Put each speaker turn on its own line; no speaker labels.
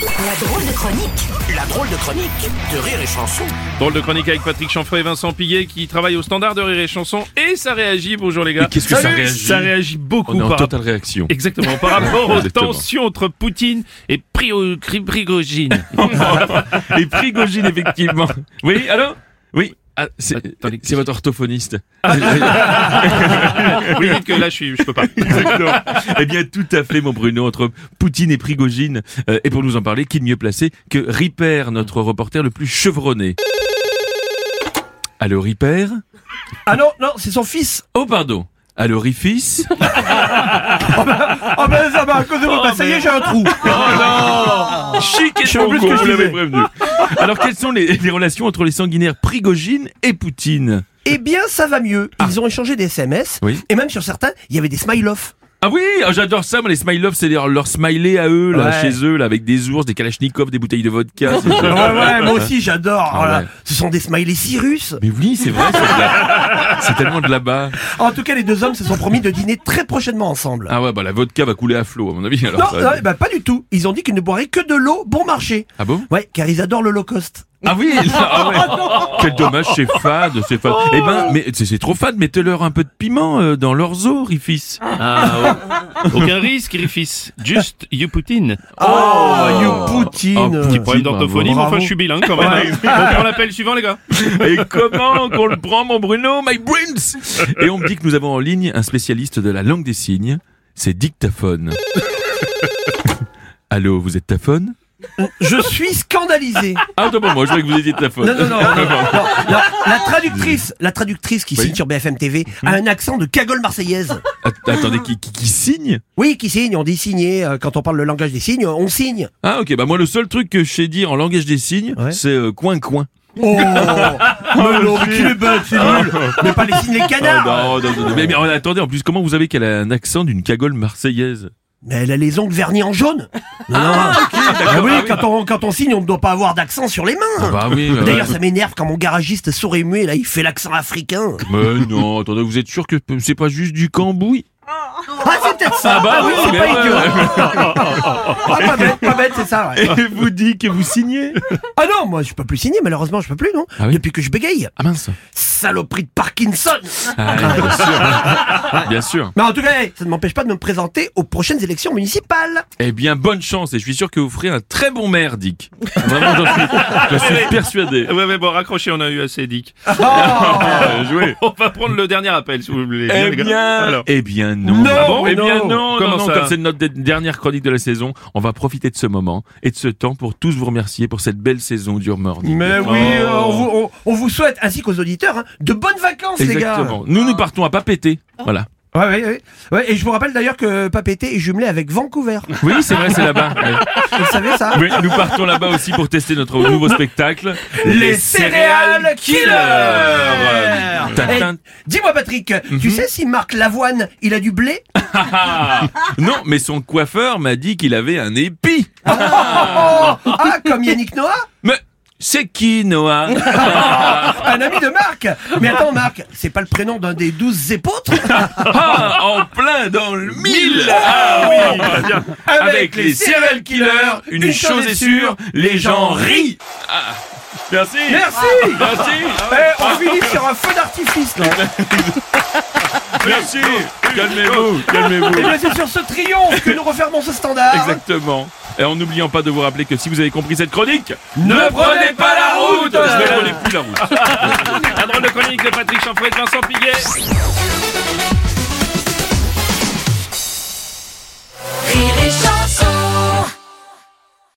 La drôle de chronique
La drôle de chronique de Rire et Chanson.
Drôle de chronique avec Patrick Chanfray et Vincent Piguet qui travaillent au standard de Rire et Chanson et ça réagit. Bonjour les gars.
Mais qu'est-ce que ça
Salut.
réagit
Ça réagit beaucoup
On est en
par
totale réaction.
Exactement, par rapport aux
Exactement.
tensions entre Poutine et Prio- Pri- Prigogine.
Et Prigogine, effectivement. Oui, allô Oui. Ah, c'est
Attendez.
c'est votre orthophoniste.
Vous dites que là je suis, je peux pas.
Exactement. Eh bien, tout à fait, mon Bruno, entre Poutine et Prigogine. Euh, et pour nous en parler, qui de mieux placé que Ripper, notre reporter le plus chevronné Allô, Ripper
Ah non, non, c'est son fils.
Oh, pardon. Allô, Rifis
Ah ben ça va, à cause de moi, bah, ça y est, j'ai un trou.
Chic et
savais plus ce que je
Ah, vous l'avez
disais.
prévenu. Alors, quelles sont les, les relations entre les sanguinaires Prigogine et Poutine
Eh bien, ça va mieux. Ils ont échangé des SMS.
Oui.
Et même sur certains, il y avait des smile-off.
Ah oui, ah, j'adore ça, moi, les smile love, c'est leur, leur smiley à eux, là,
Ouais.
chez eux, là, avec des ours, des kalachnikovs, des bouteilles de vodka. c'est
Ouais,
ça.
ouais, moi aussi, j'adore.
Ah
Voilà.
ouais.
Ce sont des smileys Cyrus.
Mais oui, c'est vrai, c'est, de la- c'est tellement de là-bas.
En tout cas, les deux hommes se sont promis de dîner très prochainement ensemble.
Ah ouais, bah la vodka va couler à flot, à mon avis. Alors,
Non,
ça-
non, bah pas du tout. Ils ont dit qu'ils ne boiraient que de l'eau bon marché.
Ah bon
Ouais, car ils adorent l'Holocauste.
Ah oui, là, ah ouais. Quel dommage, c'est fade, c'est fade. Eh ben, mais c'est, c'est trop fade, mettez-leur un peu de piment euh, dans leurs os, Rifis.
Aucun risque, Griffiths. Just you Poutine.
Oh, you Poutine.
Oh,
Problème
petit Ah, Bravo.
d'orthophonie, mais enfin je suis bilingue quand même. hein. On prend l'appel suivant les gars.
Et comment qu'on le prend, mon Bruno, Oh, my brains Et on me dit que nous avons en ligne un spécialiste de la langue des signes, c'est dictaphone. Allô, vous êtes taphone
Je suis scandalisé.
Ah non, bon, moi je croyais que vous étiez taphone.
Non, non, non, non, non, non. La traductrice, la traductrice qui
Oui.
signe sur BFM TV a un accent de cagole marseillaise.
Att- Attendez, qui, qui, qui signe
Oui, qui signe, on dit signer. euh, Quand on parle le langage des signes, on signe.
Ah ok, bah moi le seul truc que je sais dire en langage des signes,
Ouais.
c'est euh, coin-coin.
Oh, mais non, mais qu'il est bête, c'est nul. Mais pas les signes les
Ah,
canards.
non, non, non, non. Mais, mais, euh, attendez, en plus, comment vous savez qu'elle a un accent d'une cagole marseillaise
Mais elle a les ongles vernis en jaune. Non, non. Ah oui, quand on, quand on signe, on ne doit pas avoir d'accent sur les mains.
Bah oui, bah,
D'ailleurs,
ouais.
ça m'énerve quand mon garagiste sourit muet, là, il fait l'accent africain.
Mais non, attendez, vous êtes sûr que c'est pas juste du cambouis
Ah, c'est peut-être ça.
Ah bah
oui,
oui,
c'est
mais
pas
ouais,
idiot.
ouais.
Ah, pas bête, pas bête, c'est ça, ouais.
Et vous dites que vous signez
Ah non, moi, je peux plus signer, malheureusement, je peux plus, non?
Ah oui
Depuis que je bégaye.
Ah mince
Saloperie de Parkinson
Ah, Bien sûr, bien sûr.
Mais en tout cas, hey, ça ne m'empêche pas de me présenter aux prochaines élections municipales
Eh bien, bonne chance, et je suis sûr que vous ferez un très bon maire, Dick. Vraiment, j'en suis, j'en suis persuadé.
Ouais ouais bon raccrochez, on a eu assez Dick.
Oh.
Ah, jouez.
On va prendre le dernier appel si vous voulez.
Eh
les gars.
bien,
Alors.
eh bien non.
Non,
Ah bon
mais
eh bien
non.
non.
Comment
non, non,
ça
comme c'est notre de- dernière chronique de la saison, on va profiter de ce moment et de ce temps pour tous vous remercier pour cette belle saison du Morning.
Mais oui,
Oh.
euh, on, vous, on- on vous souhaite, ainsi qu'aux auditeurs, hein, de bonnes vacances
Exactement. Nous, nous partons à pas péter. Voilà.
les gars ouais, ouais, ouais. Ouais, Et je vous rappelle d'ailleurs que Papété est jumelé avec Vancouver.
Oui, c'est vrai, c'est là-bas. Ouais.
Vous savez ça
Oui, nous partons là-bas aussi pour tester notre nouveau spectacle.
Les céréales killers
Tatin.
Eh, Dis-moi Patrick,
Mhm.
tu sais si Marc Lavoine, il a du blé
Ah. Non, mais son coiffeur m'a dit qu'il avait un épi.
Ah, comme Yannick Noah
Mais c'est qui, Noah
Un ami de Marc Mais attends Marc, c'est pas le prénom d'un des douze épôtres
Ah, en plein dans le mille Ah oui Avec les serial killers, une chose est sûre, les gens rient Ah, Merci
Merci
Merci
Eh, On finit sur un feu d'artifice là
Merci Calmez-vous,
Et
calmez-vous
Eh bien c'est sur ce triomphe que nous refermons ce
Ah.
standard
Exactement. Et en n'oubliant pas de vous rappeler que si vous avez compris cette chronique, ne prenez pas la route Je ne prenez plus la route
La drôle de chronique de Patrick Chanfray et de Vincent Piguet.